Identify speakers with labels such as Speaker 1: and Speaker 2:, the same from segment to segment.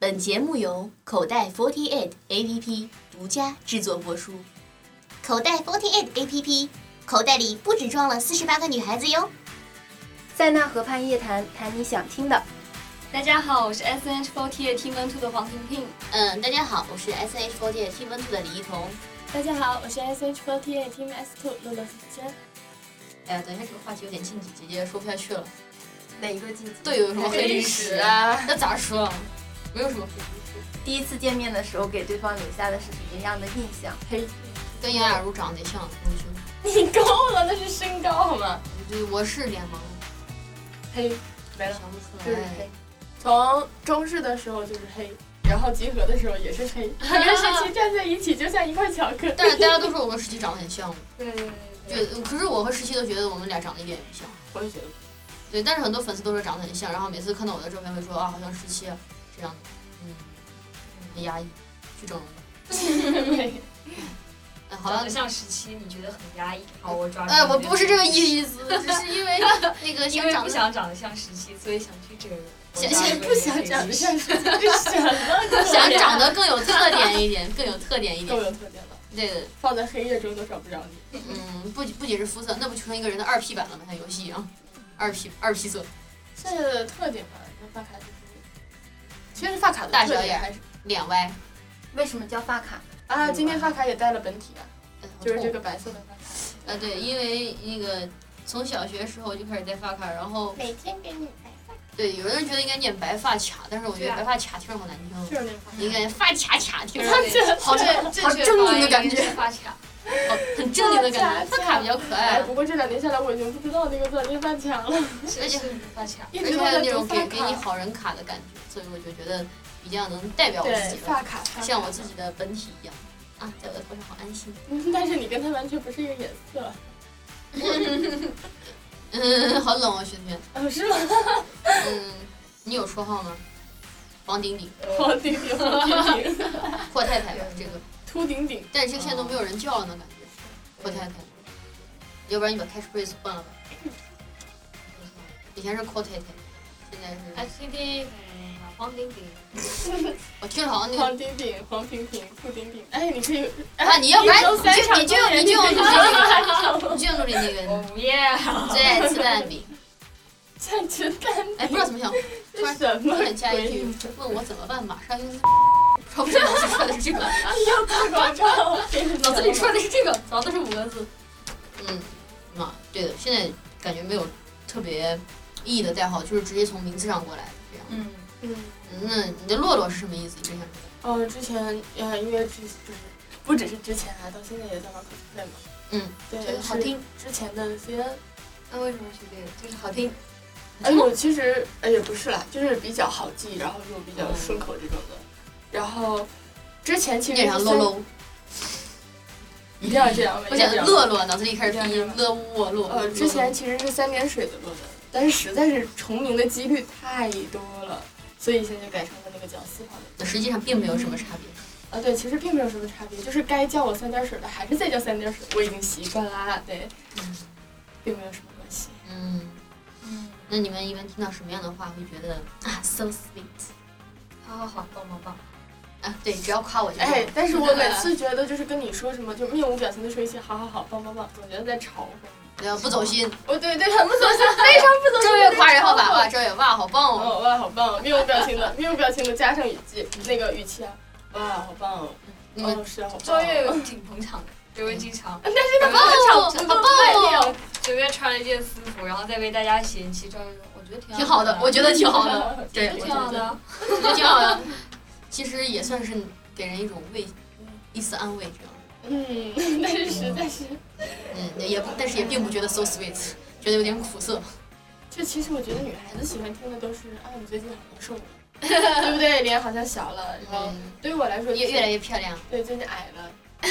Speaker 1: 本节目由口袋 Forty Eight A P P 独家制作播出。口袋 Forty Eight A P P 口袋里不止装了四十八个女孩子哟。
Speaker 2: 塞纳河畔夜谈，谈你想听的。
Speaker 3: 大家好，我是 S H Forty Eight Team One Two 的黄婷婷。
Speaker 1: 嗯，大家好，我是 S H Forty Eight Team One Two 的李一桐。
Speaker 4: 大家好，我是 S H Forty Eight Team S Two 乐乐思娟。
Speaker 1: 哎呀，等一下这个话题有点禁忌，姐姐说不下去了。
Speaker 2: 哪一个禁忌？
Speaker 1: 队友有什么黑历史啊？那咋说啊？没有什么黑历史。
Speaker 2: 第一次见面的时候，给对方留下的是什么样的印象？
Speaker 1: 黑，跟杨雅茹长得像，我觉得
Speaker 4: 你高了，那是身高好吗？
Speaker 1: 对，我是脸盲，
Speaker 4: 黑，没了。
Speaker 1: 想不出
Speaker 2: 就是
Speaker 3: 哎
Speaker 1: 来
Speaker 2: 黑。
Speaker 4: 从中式的时候就是黑，然后集合的时候也是 黑，两个时期站在一起就像一块巧克力。
Speaker 1: 但是大家都说我和十七长得很像，
Speaker 4: 对对对，
Speaker 1: 对，可是我和十七都觉得我们俩长得一点也不像。
Speaker 4: 我也觉得。
Speaker 1: 对，但是很多粉丝都说长得很像，然后每次看到我的照片会说啊，好像十七这样的，嗯，很压抑，去整容吧。 哎，好
Speaker 3: 长
Speaker 1: 了
Speaker 3: 得，像十七，你觉得很压抑？好，呃我抓住。
Speaker 1: 哎，我不是这个，意思，只是因 为那个
Speaker 3: 因
Speaker 1: 想
Speaker 3: 为
Speaker 1: 长
Speaker 3: 不
Speaker 1: 得
Speaker 3: 想长得像十七，所以想去整容。
Speaker 1: 想
Speaker 3: 我抓住
Speaker 1: 想
Speaker 3: 了
Speaker 4: 不想长得像十七，什么
Speaker 1: 想长得更有特点一点，更有特点一
Speaker 4: 够
Speaker 1: 点。
Speaker 4: 有特点了，
Speaker 1: 对的，
Speaker 4: 放在黑夜中都找不着你。
Speaker 1: 嗯，不不仅是肤色，那不就成一个人的二 P 版了吗？像游戏一样，二 P 二 P 色，
Speaker 4: 是特点吧？那发卡就是，其实发卡的
Speaker 1: 大
Speaker 4: 特
Speaker 1: 小
Speaker 4: 点
Speaker 1: 眼
Speaker 4: 还是
Speaker 1: 脸歪，
Speaker 2: 为什么叫发卡？
Speaker 4: 啊，今天发卡也带了本体啊，
Speaker 1: 呃
Speaker 4: 就是这。
Speaker 1: 很痛
Speaker 4: 个白色的发卡。
Speaker 1: 呃，对，因为那个从小学时候就开始戴发卡，然后
Speaker 5: 每天给你白饭。
Speaker 1: 对，有的人觉得应该念白发卡，但是我觉
Speaker 3: 对
Speaker 1: 得
Speaker 3: 啊
Speaker 1: 白发卡听着好难听哦，
Speaker 4: 就是那个发卡。
Speaker 1: 应该发卡卡听着
Speaker 3: 对对对
Speaker 1: 好正
Speaker 3: 正确
Speaker 1: 狰狞
Speaker 3: 发
Speaker 1: 的
Speaker 3: 音
Speaker 1: 感觉
Speaker 3: 是发 卡，
Speaker 1: 好哦很正经的感觉，
Speaker 4: 发
Speaker 1: 发
Speaker 4: 卡
Speaker 1: 卡比较可爱
Speaker 4: 哎，，不过这两年下来，我已经不知道那个字念半强了，
Speaker 3: 是是是发 卡。
Speaker 4: 一
Speaker 1: 而
Speaker 4: 直
Speaker 1: 且
Speaker 4: 都
Speaker 1: 还有那
Speaker 4: 在读
Speaker 1: 种
Speaker 4: 发
Speaker 1: 给给你
Speaker 4: 卡。
Speaker 1: 好人卡的感觉，所以我就觉得比较能代表我自
Speaker 4: 对，
Speaker 1: 己
Speaker 4: 发
Speaker 1: 了，
Speaker 4: 卡，发卡
Speaker 1: 像我自己的本体一样啊，在我的头上好安心。
Speaker 4: 嗯但是你跟他完全不是一个颜色。
Speaker 1: 嗯，好 冷哦，兄弟们。
Speaker 4: 哦，是吗？
Speaker 1: 嗯，你有绰号吗？王顶顶、
Speaker 3: 呃
Speaker 4: 黄顶顶，黄 顶顶，
Speaker 1: 霍太太吧，这个，
Speaker 4: 秃顶顶，
Speaker 1: 但是这个现在都没有人叫了呢，感觉霍太太。要不然你把 catchphrase 换了吧。以前是霍太太，现在
Speaker 4: 哎
Speaker 1: 是。
Speaker 3: S D 黄丁丁，
Speaker 1: 我听哦着好像那个，
Speaker 4: 黄顶顶，黄平平，秃顶顶。哎，你可以，
Speaker 1: 啊，你要不然
Speaker 4: 一周
Speaker 1: 你
Speaker 4: 三
Speaker 1: 就
Speaker 4: 场
Speaker 1: 你就你就用
Speaker 4: 公
Speaker 1: 努力那个，你就用努力那
Speaker 3: 我
Speaker 1: 个
Speaker 3: 不 要。
Speaker 1: 最爱吃蛋饼。
Speaker 4: 站直蛋
Speaker 1: 哎，不知道怎么想，突
Speaker 4: 是
Speaker 1: 然
Speaker 4: 什
Speaker 1: 突
Speaker 4: 么
Speaker 1: 然加一
Speaker 4: 鬼
Speaker 1: 句
Speaker 4: 语？，
Speaker 1: 问我怎么办，马上用。不知道为什么说的是这个，
Speaker 4: 大广告，
Speaker 1: 脑子里出来的是这个，早都是五个字。嗯，嘛，对的，现在感觉没有特别意义的代号，就是直接从名字上过来的这样。
Speaker 3: 嗯，
Speaker 4: 嗯。
Speaker 1: 那你的洛洛是什么意思？之前说的。
Speaker 4: 哦，之前呃，因为之就是不只是之前啊，到现在也在玩 cosplay 嘛。
Speaker 1: 嗯，
Speaker 4: 对，
Speaker 1: 好听。
Speaker 4: 之前的 CN，
Speaker 3: 那为什么是这个？就是好听。
Speaker 4: 哎呦，其实哎也不是啦，就是比较好记，然后又比
Speaker 1: 嗯
Speaker 4: 较顺口这种的。然后之前其实
Speaker 1: 念啥洛洛？
Speaker 4: 一定要 这样，
Speaker 1: 我
Speaker 4: 一定
Speaker 1: 想
Speaker 4: 要这样
Speaker 1: 乐洛，脑子里开始拼音乐沃洛。
Speaker 4: 呃，之前其实是三点水的洛文，但是实在是重名的几率太多了，所以现在就改成了那个叫四皇的。
Speaker 1: 实际上并没有什么差别。
Speaker 4: 啊，对，其实并没有什么差别，就是该叫我三点水的还是再叫三点水，我已经习惯啦，对，
Speaker 1: 嗯
Speaker 4: 并没有什么关系。
Speaker 1: 嗯，
Speaker 3: 嗯，
Speaker 1: 那你们一般听到什么样的话会觉得啊 so sweet
Speaker 3: 好好好，棒棒棒。
Speaker 1: 啊？对，只要夸我就
Speaker 4: 哎
Speaker 1: 好，
Speaker 4: 但是我每
Speaker 1: 啊
Speaker 4: 次觉得就是跟你说什么，就面无表情的说一些好好好，棒棒棒，总觉得在嘲讽你。
Speaker 1: 不要不走心。
Speaker 4: 哦，对对，很不走心，非常不走心。
Speaker 1: 这月夸人好吧？
Speaker 4: 吧？
Speaker 1: 哇，这月哇，好棒哦！
Speaker 4: 哦，哇，好棒哦！面无表情的，面无表情的加上语气，那个语气啊，哇，好棒哦！
Speaker 1: 你们
Speaker 4: 哦，是啊好棒哦。
Speaker 3: 周月挺捧场的，周月经常。
Speaker 4: 但是他
Speaker 3: 他
Speaker 4: 们
Speaker 3: 们
Speaker 1: 好
Speaker 4: 很
Speaker 1: 棒
Speaker 4: 棒
Speaker 1: 哦！
Speaker 3: 九月穿了一件私服，然后再被大家嫌弃，赵月说我觉得挺
Speaker 1: 挺好的，我觉得挺好的，
Speaker 4: 的。
Speaker 1: 对，我
Speaker 3: 哦挺
Speaker 1: 觉
Speaker 3: 好
Speaker 1: 得
Speaker 3: 的。
Speaker 1: 我觉得挺好的。其实也算是给人一种慰，一丝安慰这样。
Speaker 4: 嗯，但是实在是，
Speaker 1: 嗯，也但是也并不觉得 so sweet，觉得有点苦涩。
Speaker 4: 就其实我觉得女孩子喜欢听的都是啊，你最近好像瘦了，对不对？脸好像小了，然后
Speaker 1: 嗯，
Speaker 4: 对于我来说，
Speaker 1: 越越来越漂亮，
Speaker 4: 对最近矮了，
Speaker 3: 哎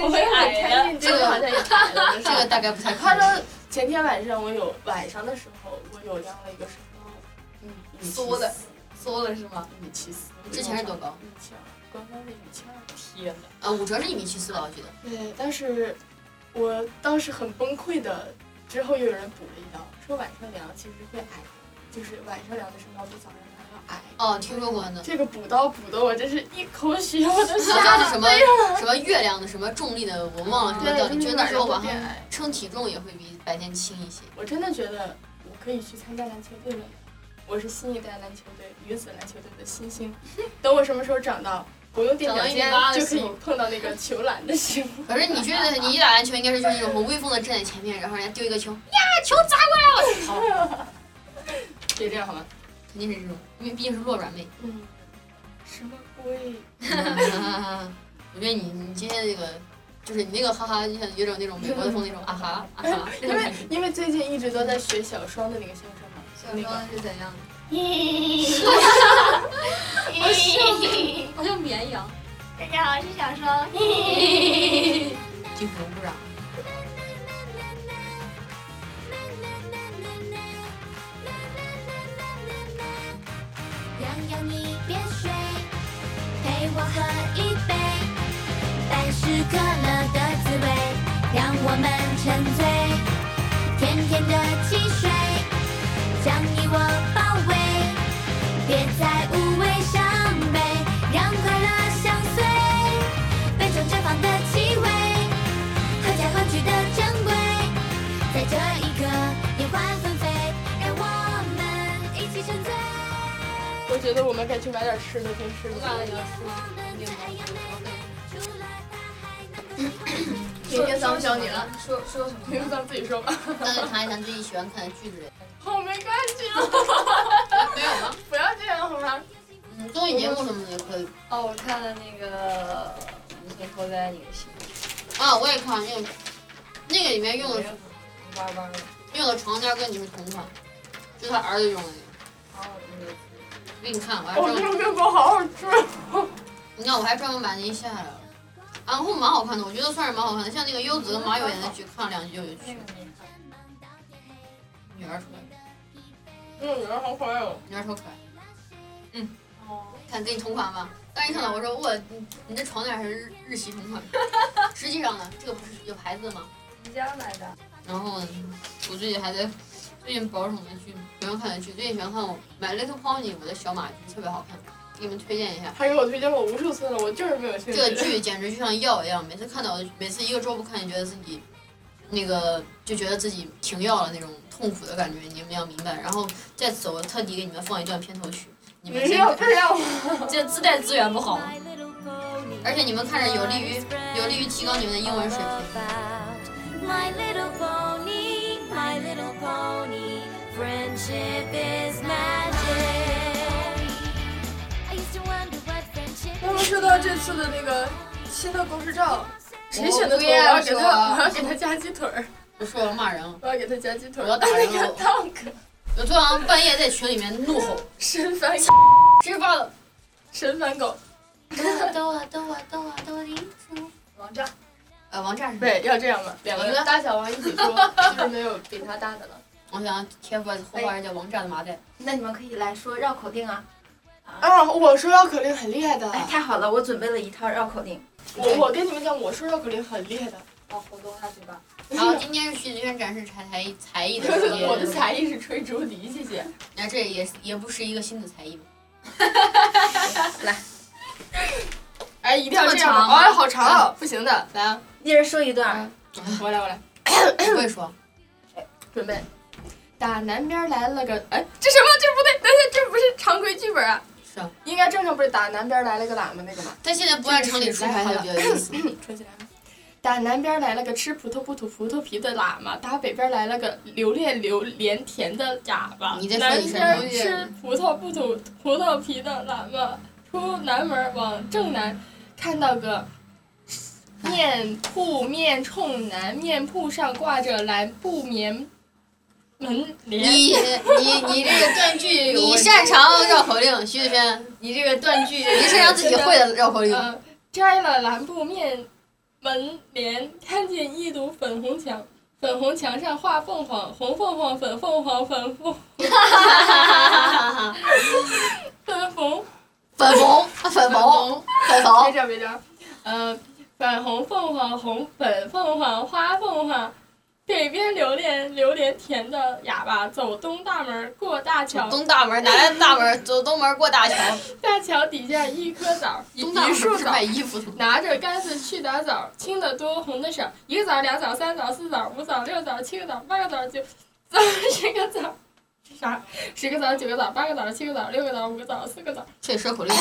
Speaker 4: 我也很开心，最近好像也矮了，
Speaker 1: 这个大概不太可
Speaker 4: 他
Speaker 1: 能。
Speaker 4: 说前天晚上我有晚上的时候我有量了一个身高，嗯，
Speaker 3: 缩的，缩了是吗？
Speaker 4: 一米七四，
Speaker 1: 之前是多高？
Speaker 4: 一米七二，官方是一米七二，天呐。
Speaker 1: 呃，五折是一米七四吧，我记得。
Speaker 4: 啊对，但是我当时很崩溃的，之后又有人补了一刀，说晚上量其实会矮，就是晚上量的身高比早上量要癌。
Speaker 1: 哦，听说过呢，
Speaker 4: 这个补刀补的我真是一口血，我都
Speaker 1: 好像是
Speaker 4: 吓
Speaker 1: 什么什么月亮的什么重力的，我忘了什么
Speaker 4: 对
Speaker 1: 到底
Speaker 4: 就是
Speaker 1: 觉得哪儿
Speaker 4: 那种
Speaker 1: 肉吧，好
Speaker 4: 变
Speaker 1: 像
Speaker 4: 矮
Speaker 1: 称体重也会比白天轻一些。
Speaker 4: 我真的觉得我可以去参加篮球队了。我是新一代篮球队女子篮球队的 新星，等我什么时候长到不用垫脚尖
Speaker 1: 长到1.8的
Speaker 4: 就可
Speaker 1: 时
Speaker 4: 以
Speaker 1: 候
Speaker 4: 碰到那个球篮的 时候，
Speaker 1: 可是你觉得你一打篮球应该是就是那种很威风的站在前面，然后人家丢一个球，呀，球砸过来了，好，
Speaker 4: 别这样好吗？
Speaker 1: 肯定是这种，因为毕竟是弱软妹。
Speaker 4: 嗯，什么鬼？
Speaker 1: 我觉得你你今天这个，就是你那个哈哈，就像有种那种美国的风那种啊哈啊 哈，那
Speaker 4: 因
Speaker 1: 种
Speaker 4: 为
Speaker 1: 感觉
Speaker 4: 因为最近一直都在学小双的那个相声嘛，
Speaker 3: 小双是怎样的？好像绵羊。
Speaker 2: 大家好，我是小双。
Speaker 1: 精神污 染。
Speaker 6: 洋洋你别睡，陪我喝一杯，百事可乐的滋味，让我们沉醉。甜甜的汽水，将你我包围，别再无谓伤悲，让快乐相随。杯中绽放的气味，合家欢聚的珍贵，在这一刻烟花纷飞，让我们一起沉醉。
Speaker 4: 我觉得我们该去买点吃的，平时
Speaker 1: 我感 觉是
Speaker 6: 柠
Speaker 4: 天天咱们教你了，
Speaker 3: 了，说说什
Speaker 4: 你
Speaker 3: 么
Speaker 4: 们
Speaker 3: 呢？
Speaker 4: 咱自己说吧。
Speaker 1: 大家谈一谈自己喜欢看的剧之类的。
Speaker 4: 好没关系啊，
Speaker 1: 没有吗？
Speaker 4: 不要这样好吗？
Speaker 1: 嗯，综艺节目什么的也可以。
Speaker 3: 哦，我看了那个《无从脱单》也是，
Speaker 1: 啊，我也看那个，那个里面用的
Speaker 3: 玩玩。
Speaker 1: 用的床单跟你是同款，就他儿子用的那
Speaker 3: 哦，嗯
Speaker 1: 个。给你看，我还
Speaker 4: 哦，
Speaker 1: 专
Speaker 4: 这
Speaker 1: 门，
Speaker 4: 个面包好好吃。
Speaker 1: 你看我还专门把那一下来了。啊，然后蛮好看的，我觉得算是蛮好看的。像那个优子跟马友演的剧，看了两集就有趣。女儿出来，
Speaker 4: 嗯，然后好可爱哦。
Speaker 1: 女儿超可爱。嗯
Speaker 4: 哦，
Speaker 1: 看跟你同款吧。当时一上来我说我你你这床垫还是日系同款，实际上呢，这个不是有牌子吗？
Speaker 3: 宜家买的。
Speaker 1: 然后我最近还在最近保守的剧，喜欢看的剧，最近喜欢看我买《Little Pony》我的小马剧，特别好看，给你们推荐一下。
Speaker 4: 他给我推荐过无数次了，我就是没有兴
Speaker 1: 这
Speaker 4: 趣。
Speaker 1: 个剧简直就像药一样，每次看到，每次一个周不看，你觉得自己那个就觉得自己停药了那种痛苦的感觉，你们要明白。然后在此我特地给你们放一段片头曲，你们
Speaker 4: 你
Speaker 1: 先
Speaker 4: 嗯要不
Speaker 1: 看，
Speaker 4: 要？
Speaker 1: 这自带资源不好吗？而
Speaker 6: 而
Speaker 1: 且
Speaker 6: 且
Speaker 1: 你
Speaker 6: 你
Speaker 1: 们
Speaker 6: 们
Speaker 1: 看
Speaker 6: 看
Speaker 1: 着
Speaker 6: 着
Speaker 1: 有
Speaker 6: 有
Speaker 1: 利
Speaker 6: 利
Speaker 1: 于
Speaker 6: 于
Speaker 1: 有
Speaker 6: 有
Speaker 1: 利
Speaker 6: 利
Speaker 1: 于
Speaker 6: 于
Speaker 1: 提
Speaker 6: 提
Speaker 1: 高
Speaker 6: 高
Speaker 1: 你
Speaker 6: 你
Speaker 1: 们的
Speaker 6: 们的
Speaker 1: 英
Speaker 6: 英
Speaker 1: 文
Speaker 6: 文
Speaker 1: 水
Speaker 6: 水
Speaker 1: 平
Speaker 6: 平。
Speaker 4: 我们说到这次的那个新的公式照，谁选的
Speaker 1: 我
Speaker 4: 头？
Speaker 1: 不
Speaker 4: 我要
Speaker 1: 要
Speaker 4: 给
Speaker 1: 说
Speaker 4: 他，我要给他加鸡腿儿，
Speaker 1: 不说了，骂人啊了。
Speaker 4: 我要给他加鸡腿儿。
Speaker 1: 我要打人
Speaker 4: 那个 Dunk
Speaker 1: 我昨晚半夜在群里面怒吼，
Speaker 4: 神烦
Speaker 1: 直接发了。
Speaker 4: 神烦狗，
Speaker 3: 王炸，
Speaker 1: 呃，王炸是谁？
Speaker 4: 对，要这样吗？两个人大小王一起说， 就是没有比他大的了。
Speaker 1: 我想 TFBOYS 后花园叫王炸的麻
Speaker 4: 哎
Speaker 1: 袋。
Speaker 2: 那你们可以来说绕口令啊！
Speaker 4: 啊，我说绕口令很厉害
Speaker 3: 啊
Speaker 4: 的，
Speaker 2: 哎，太好了，我准备了一套绕口令。
Speaker 4: 我我跟你们讲，我说绕口令很厉害的，
Speaker 3: 哦，活动下嘴巴。
Speaker 1: 然后今天是徐子轩展示才才艺才艺的时间。
Speaker 4: 我 的才艺是吹竹笛，谢谢。
Speaker 1: 那这也是也不是一个新的才 艺吧？
Speaker 4: 哎，一定要这样
Speaker 1: 这么长
Speaker 4: 吗，哎，好长哦， 不行的，
Speaker 1: 来啊，
Speaker 2: 一人说一段。
Speaker 4: 我来，我来。
Speaker 1: 不会说。
Speaker 4: 准备。打南边来了个，哎，这什么？这不对，等一下，这不是常规剧本啊！
Speaker 1: 是啊，
Speaker 4: 应该正常不是打南边来了个喇嘛那个吗？
Speaker 1: 他现在不按常理出牌，他就觉得有意思。
Speaker 4: 吹起来了。打南边来了个吃葡萄不吐葡萄皮的喇嘛，打北边来了个留恋榴莲甜的哑巴。
Speaker 1: 你再说
Speaker 4: 南
Speaker 1: 一声
Speaker 4: 边吃葡萄不吐葡萄皮的喇嘛，出南门往正南，看到个面铺面冲南，面铺上挂着蓝布棉门帘。
Speaker 1: 你你你这个断句， 你擅长绕口令，徐子轩，
Speaker 3: 你这个断句，
Speaker 1: 你擅长自己会的嗯绕口令。
Speaker 4: 呃，摘了蓝布面门帘，看见一堵粉红墙，粉红墙上画凤凰，红凤凰，粉凤凰，粉凤，粉红，
Speaker 1: 粉红，啊粉红，粉
Speaker 4: 别
Speaker 1: 红，
Speaker 4: 这样，别这样，呃，粉红凤凰，红粉凤凰，花凤凰。北边榴莲，榴莲甜的哑巴，走东大门，过大桥，
Speaker 1: 东大门哪来的大门？走东门过大桥。
Speaker 4: 大桥底下一棵枣，一
Speaker 1: 东大
Speaker 4: 一
Speaker 1: 门
Speaker 4: 树
Speaker 1: 不是
Speaker 4: 枣
Speaker 1: 卖，衣服的吗？
Speaker 4: 拿着杆子去打枣，青的多，红的少，一个枣，俩枣，三枣，四枣，五枣，六枣，七个枣，八个枣，九 枣十个枣， 是啥？十个枣，九个枣，八个枣，七个枣，六个枣，五个枣，四个枣，
Speaker 1: 这也绕口令。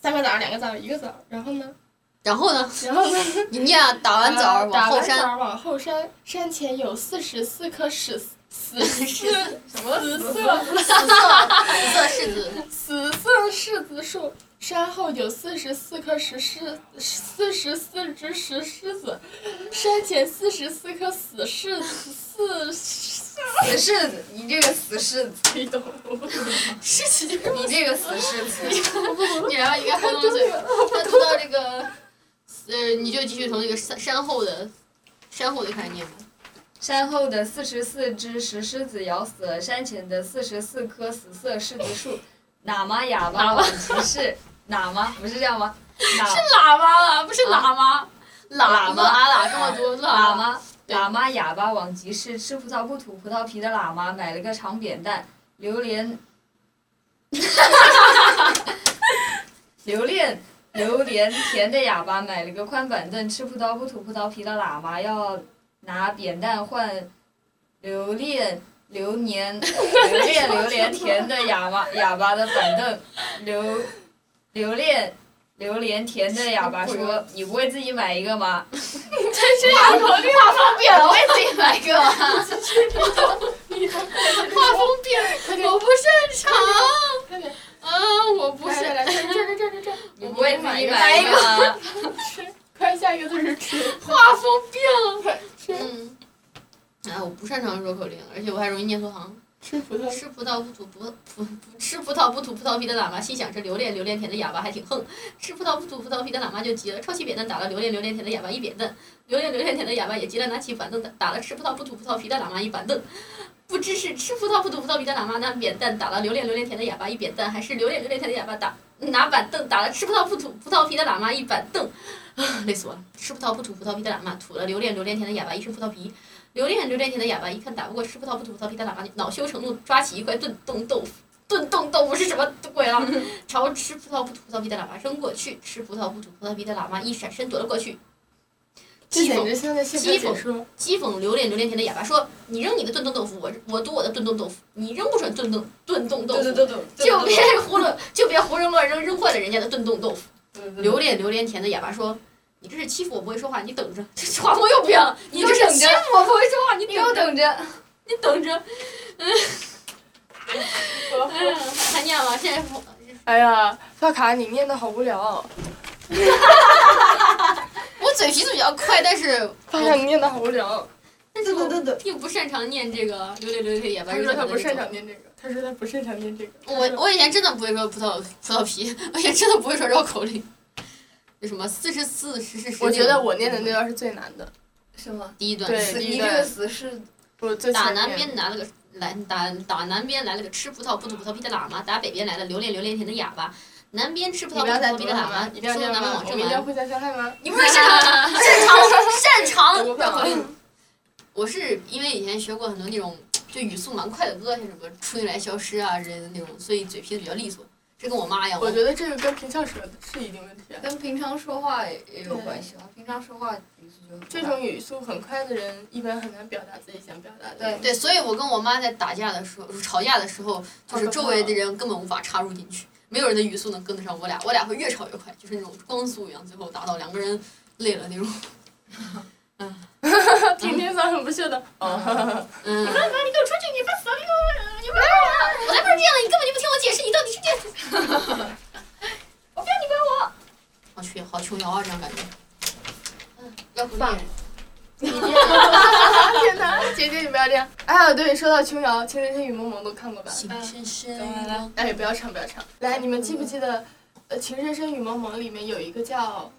Speaker 4: 三个枣，两个枣，一个枣，然后呢？
Speaker 1: 然后呢？
Speaker 4: 然后呢？
Speaker 1: 你念啊打完枣
Speaker 4: 打
Speaker 1: 往
Speaker 4: 完
Speaker 1: 后
Speaker 4: 枣
Speaker 1: 山，
Speaker 4: 儿往后山，山前有四十四棵史死 死
Speaker 2: 什么
Speaker 4: 死色
Speaker 1: 紫色柿 子，
Speaker 4: 紫色柿子树，山后有四十四棵石狮，四十四只石狮子，山前四十四棵死柿子，四
Speaker 3: 死柿子，你这个死柿子，
Speaker 4: 谁懂？
Speaker 1: 事情就
Speaker 3: 你这个死柿子，
Speaker 1: 你然后应该喝东西，他读到这个，呃，你就继续从这个山山后的山后的开始念吧。
Speaker 3: 山后的四十四只石狮子咬死了山前的四十四棵死色柿子树，哪嘛哑巴往集市，哪嘛不是这样吗？哪
Speaker 1: 喇嘛了，不是喇
Speaker 4: 啊
Speaker 1: 嘛，喇
Speaker 3: 喇嘛
Speaker 1: 喇喇这么多
Speaker 3: 喇
Speaker 1: 喇嘛，
Speaker 3: 嘛喇嘛哑巴往集市吃葡萄不吐葡萄皮的喇嘛买了个长扁担，榴莲， 榴莲。榴莲甜的哑巴买了个宽板凳，吃葡萄不吐葡萄皮的喇嘛要拿扁担换榴莲榴莲榴莲榴莲甜的哑巴哑巴的板凳，榴榴莲榴莲甜的哑巴说：“你不会自己买一个吗？”
Speaker 1: 这有口令，画风变了，我也自己来一个吧。画风变了，我不擅长。
Speaker 4: 快点，
Speaker 1: 啊，我不
Speaker 4: 不是，
Speaker 1: 是。
Speaker 4: 来这这这这这，
Speaker 3: 你不会自
Speaker 4: 买
Speaker 3: 己
Speaker 4: 个
Speaker 3: 买一个 吗？
Speaker 4: 吃，快下一个字是吃，
Speaker 1: 画风变了。
Speaker 4: 快吃
Speaker 1: 嗯。哎，我不擅长绕口令，而且我还容易念错行。
Speaker 4: 吃葡萄，
Speaker 1: 吃葡萄不吐葡葡不吃葡萄不吐葡萄皮的喇嘛心想：这榴莲榴莲甜的哑巴还挺横。吃葡萄不吐葡萄皮的喇嘛就急了，抄起扁担打了榴莲榴莲甜的哑巴一扁担。榴莲榴莲甜的哑巴也急了，拿起板凳打打了吃葡萄不吐葡萄皮的喇嘛一板凳。不知是吃葡萄不吐葡萄皮的喇嘛拿扁担打了榴莲榴莲甜的哑巴一扁担，还是榴莲榴莲甜的哑巴打拿板凳打了吃葡萄不吐葡萄皮的喇嘛一板凳。啊，累死我了！吃葡萄不吐葡萄皮的喇嘛吐了榴莲榴莲甜的哑巴一身葡萄皮。榴莲榴莲甜的哑巴一看打不过吃葡萄不吐葡萄皮的喇嘛，恼羞成怒，抓起一块炖冻豆腐。炖冻豆腐是什么鬼啊？朝吃葡萄不吐葡萄皮的喇嘛扔过去，吃葡萄不吐葡萄皮的喇嘛一闪身躲了过去。
Speaker 4: 这
Speaker 1: 讥
Speaker 4: 简
Speaker 1: 讽
Speaker 4: 直像在写
Speaker 1: 讥
Speaker 4: 小
Speaker 1: 讽
Speaker 4: 说。
Speaker 1: 讥讽榴莲榴莲甜的哑巴说：“你扔你的炖冻豆腐，我我赌我的炖冻豆腐，你扔不准炖冻炖冻豆腐，
Speaker 2: 对对，
Speaker 1: 就别胡乱就别胡扔乱扔，扔坏了人家的炖冻豆腐。”
Speaker 4: 嗯
Speaker 1: 榴莲榴莲甜的哑巴说：“你这是欺负我不会说话，你等着。”这画风又变了，你这是欺负我不会说话，你
Speaker 3: 你
Speaker 1: 等
Speaker 3: 给
Speaker 1: 着，
Speaker 3: 我等着。
Speaker 1: 你等着。嗯，还念吗？现在是
Speaker 4: 哎呀，发卡，你念的好无聊，啊
Speaker 1: 我嘴皮子比较快，但是
Speaker 4: 发卡你念的好无聊。啊
Speaker 3: 哎
Speaker 1: 但是我并不擅长念这个榴莲榴莲甜哑巴。
Speaker 4: 他说他不擅长念这个，他说他不擅长念这个。
Speaker 1: 我我以前真的不会说葡萄葡萄皮，我以前真的不会说绕口令。那什么四十四十是十？
Speaker 4: 我觉得我念的那段是最难的，
Speaker 3: 什么？
Speaker 1: 第一段，
Speaker 4: 对
Speaker 3: 死
Speaker 4: 第一
Speaker 3: 你这
Speaker 4: 段
Speaker 3: 个死是
Speaker 4: 我最
Speaker 1: 打
Speaker 4: 前
Speaker 1: 南
Speaker 4: 面
Speaker 1: 边来了个来打打南边来了个吃葡萄不吐葡萄皮的喇嘛，打北边来了榴莲榴莲甜的哑巴。南边吃葡萄不
Speaker 4: 你不
Speaker 1: 吐
Speaker 4: 要
Speaker 1: 葡萄
Speaker 4: 再读
Speaker 1: 皮的
Speaker 4: 了
Speaker 1: 喇
Speaker 4: 好
Speaker 1: 嘛
Speaker 4: 吗？，一定要
Speaker 1: 送
Speaker 4: 这样
Speaker 1: 南
Speaker 4: 吗
Speaker 1: 门往
Speaker 4: 我
Speaker 1: 正
Speaker 4: 们一定要
Speaker 1: 来。
Speaker 4: 互相伤害吗？
Speaker 1: 你不是擅 长擅长擅长
Speaker 4: 啊我不
Speaker 1: 绕口
Speaker 4: 想
Speaker 1: 令？我是因为以前学过很多那种就语速蛮快的歌，像什么《春来消失》啊之类的那种，所以嘴皮子比较利索。这跟我妈一样，
Speaker 4: 我觉得这个跟平翘舌是一定问题啊。
Speaker 3: 跟平常说话也也有关系吧？平常说话语速就
Speaker 4: 这种语速很快的人，一般很难表达自己想表达的。
Speaker 3: 对
Speaker 1: 对，所以我跟我妈在打架的时候、吵架的时候，就是周围的人根本无法插入进去，没有人的语速能跟得上我俩，我俩会越吵越快，就是那种光速一样，最后打到两个人累了那种。
Speaker 4: 婷婷早很不屑的，哦，
Speaker 1: 嗯。你给我出去！你烦死了！你给我，你啊我才不是这样的！你根本就不听我解释，你到底是这样。我不要你管我。好穷，好穷摇啊！这样感觉。嗯，要不
Speaker 2: 放
Speaker 1: 念
Speaker 4: 天哪，姐姐你不要这样。哎呀，对，说到琼瑶，《情深深雨蒙蒙》都看过吧？
Speaker 1: 情深深
Speaker 2: 嗯
Speaker 1: 雨蒙
Speaker 4: 哎，不要唱，不要唱。来，你们记不记得，呃，《情深深雨蒙蒙》里面有一个叫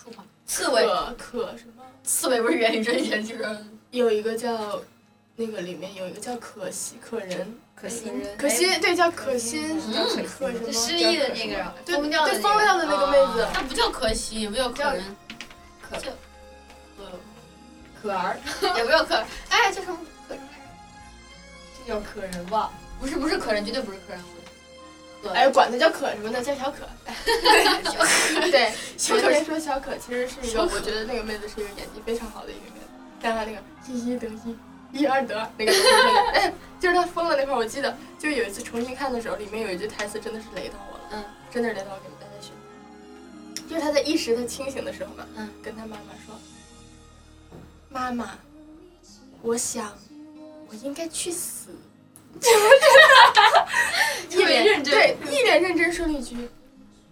Speaker 1: 说话。
Speaker 2: 刺猬
Speaker 4: 可可什么？
Speaker 1: 刺猬不是元宇宙，元宇宙。
Speaker 4: 有一个叫，那个里面有一个叫可惜可人，
Speaker 2: 可惜
Speaker 4: 可惜对叫可心，
Speaker 1: 嗯
Speaker 4: 叫可什么？
Speaker 3: 哎就失忆的那个，
Speaker 4: 对
Speaker 3: 疯掉的
Speaker 4: 对
Speaker 3: 那个
Speaker 4: 疯掉的那个妹子，
Speaker 1: 那不叫可惜，也不叫可人。
Speaker 3: 可
Speaker 1: 叫。
Speaker 3: 可儿，
Speaker 1: 也不叫可人，哎，这什么可人？
Speaker 3: 这叫可人吧？
Speaker 1: 不是不是可人，绝对不是可人，我
Speaker 4: 哎，管它叫可什么的，叫 小可。对，小可人说小可其实是一个，我觉得那个妹子是一个演技非常好的一个妹子。但她那个一一得一，一而得那个东西真的，哎，就是她疯了那块儿，我记得就有一次重新看的时候，里面有一句台词真的是雷到我了，
Speaker 2: 嗯，
Speaker 4: 真的是雷到我，给你们大家学。就是她在意识她清醒的时候嘛，
Speaker 2: 嗯，
Speaker 4: 跟她妈妈说：“妈妈，我想我应该去死。”
Speaker 3: 特别认真，
Speaker 4: 对，一脸认真说了一句：“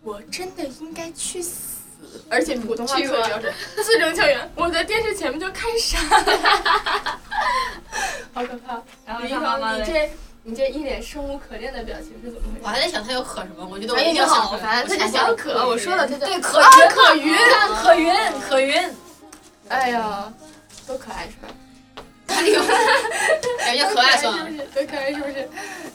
Speaker 4: 我真的应该去死。”而且普通话特别标准， 字正腔圆。我在电视前面就看傻了， 好可怕！
Speaker 3: 然后
Speaker 4: 李一
Speaker 3: 他妈妈
Speaker 4: 桐，你
Speaker 3: 嘞，
Speaker 4: 这你这一脸生无可恋的表情是怎么回
Speaker 1: 我
Speaker 4: 事？
Speaker 1: 还在想他要可什么，我觉得我
Speaker 4: 哎呀，
Speaker 1: 一
Speaker 4: 你
Speaker 1: 定要想
Speaker 4: 好
Speaker 1: 出来
Speaker 4: 烦！他叫小可，我说了，他叫
Speaker 1: 对可
Speaker 4: 啊
Speaker 1: 云
Speaker 4: 可 云，
Speaker 1: 可云可云，
Speaker 4: 哎呀，多可爱是吧？
Speaker 1: 感觉可爱算
Speaker 4: 是
Speaker 1: 了，
Speaker 4: 不是？多可爱是不是？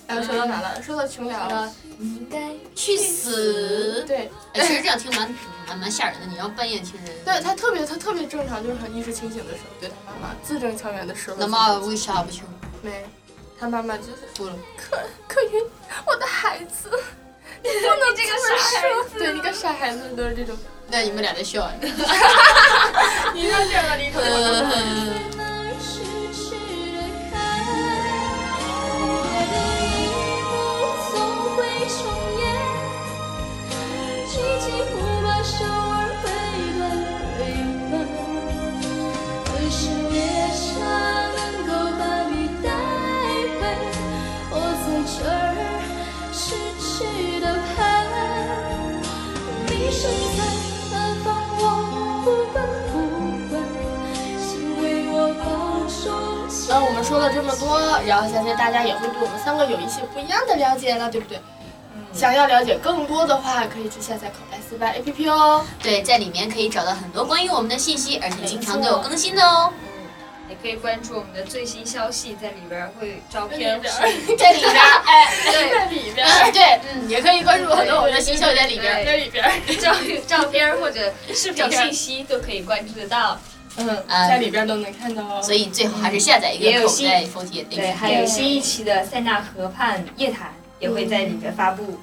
Speaker 4: 然哎后说到哪了？说到琼瑶了。
Speaker 2: 你应该
Speaker 1: 去死！
Speaker 4: 嗯对，
Speaker 1: 哎，其实这样听蛮蛮蛮吓人的，你要半夜听人。
Speaker 4: 对他特别，他特别正常，就是很意识清醒的时候，对他妈妈字正腔圆的说了。
Speaker 1: 那妈妈为啥不去？
Speaker 4: 没，他妈妈就是
Speaker 1: 哭 了。
Speaker 4: 可可云，我的孩子，
Speaker 3: 你这个傻孩子，
Speaker 4: 对，你个傻孩子都是这种。
Speaker 1: 那你们俩在笑。啊
Speaker 4: 你说这样的理头
Speaker 1: 嗯
Speaker 6: 怎么痴痴的看？我的一梦总会重演，几几不罢，手儿挥断回眸。为什夜长能够把你带回？我在这儿痴痴的盼，你身在何方？我不管不问，请为我保重
Speaker 4: 那嗯我们说了这么多，然后相信大家也会对我们三个有一些不一样的了解了，对不对？想要了解更多的话，可以去下载口袋四百 APP 哦。
Speaker 1: 对，在里面可以找到很多关于我们的信息，而且经常都有
Speaker 3: 没错
Speaker 1: 更新的哦。
Speaker 3: 也可以关注我们的最新消息，在里边儿会有照 片，
Speaker 1: 在里边， 哎，对，
Speaker 4: 在里 边，
Speaker 1: 嗯对，嗯，也可以关注很多我们的新消息在里边。
Speaker 4: 在里边，
Speaker 3: 照照片儿或者视
Speaker 4: 照
Speaker 3: 频
Speaker 4: 片儿
Speaker 3: 信息都可以关注得到。
Speaker 4: 嗯，
Speaker 1: 啊
Speaker 4: 在里边都能看到哦。
Speaker 1: 所以最好还是下载一
Speaker 3: 也
Speaker 1: 个
Speaker 3: 有
Speaker 1: 口
Speaker 3: 新
Speaker 1: 袋 forty
Speaker 3: 对，
Speaker 1: APP。
Speaker 3: 还有新一期的塞纳河畔夜谈也会在里面发布。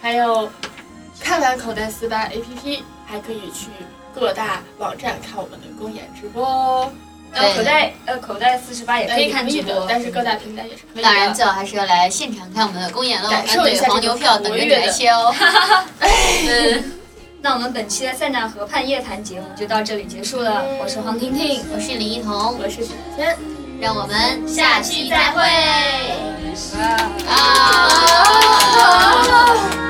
Speaker 4: 还有，看完口袋四八 APP，还可以去各大网站看我们的公演直播哦。
Speaker 3: 然后口袋呃口袋四十八也可以看直
Speaker 4: 的
Speaker 3: 播，，
Speaker 4: 但是各大平台也是可以的。
Speaker 1: 当然，最好还是要来现场看我们的公演喽。
Speaker 4: 感受一下
Speaker 1: 对，黄
Speaker 4: 这个
Speaker 1: 牛票等着
Speaker 4: 活
Speaker 1: 你
Speaker 4: 跃的
Speaker 1: 来切 哦。
Speaker 3: 嗯，那我们本期的塞纳河畔夜谈节目就到这里结束了。我是黄婷婷，
Speaker 1: 我是李一桐，
Speaker 4: 我是小天。
Speaker 1: 让我们下期再会。
Speaker 3: 啊。
Speaker 1: 啊！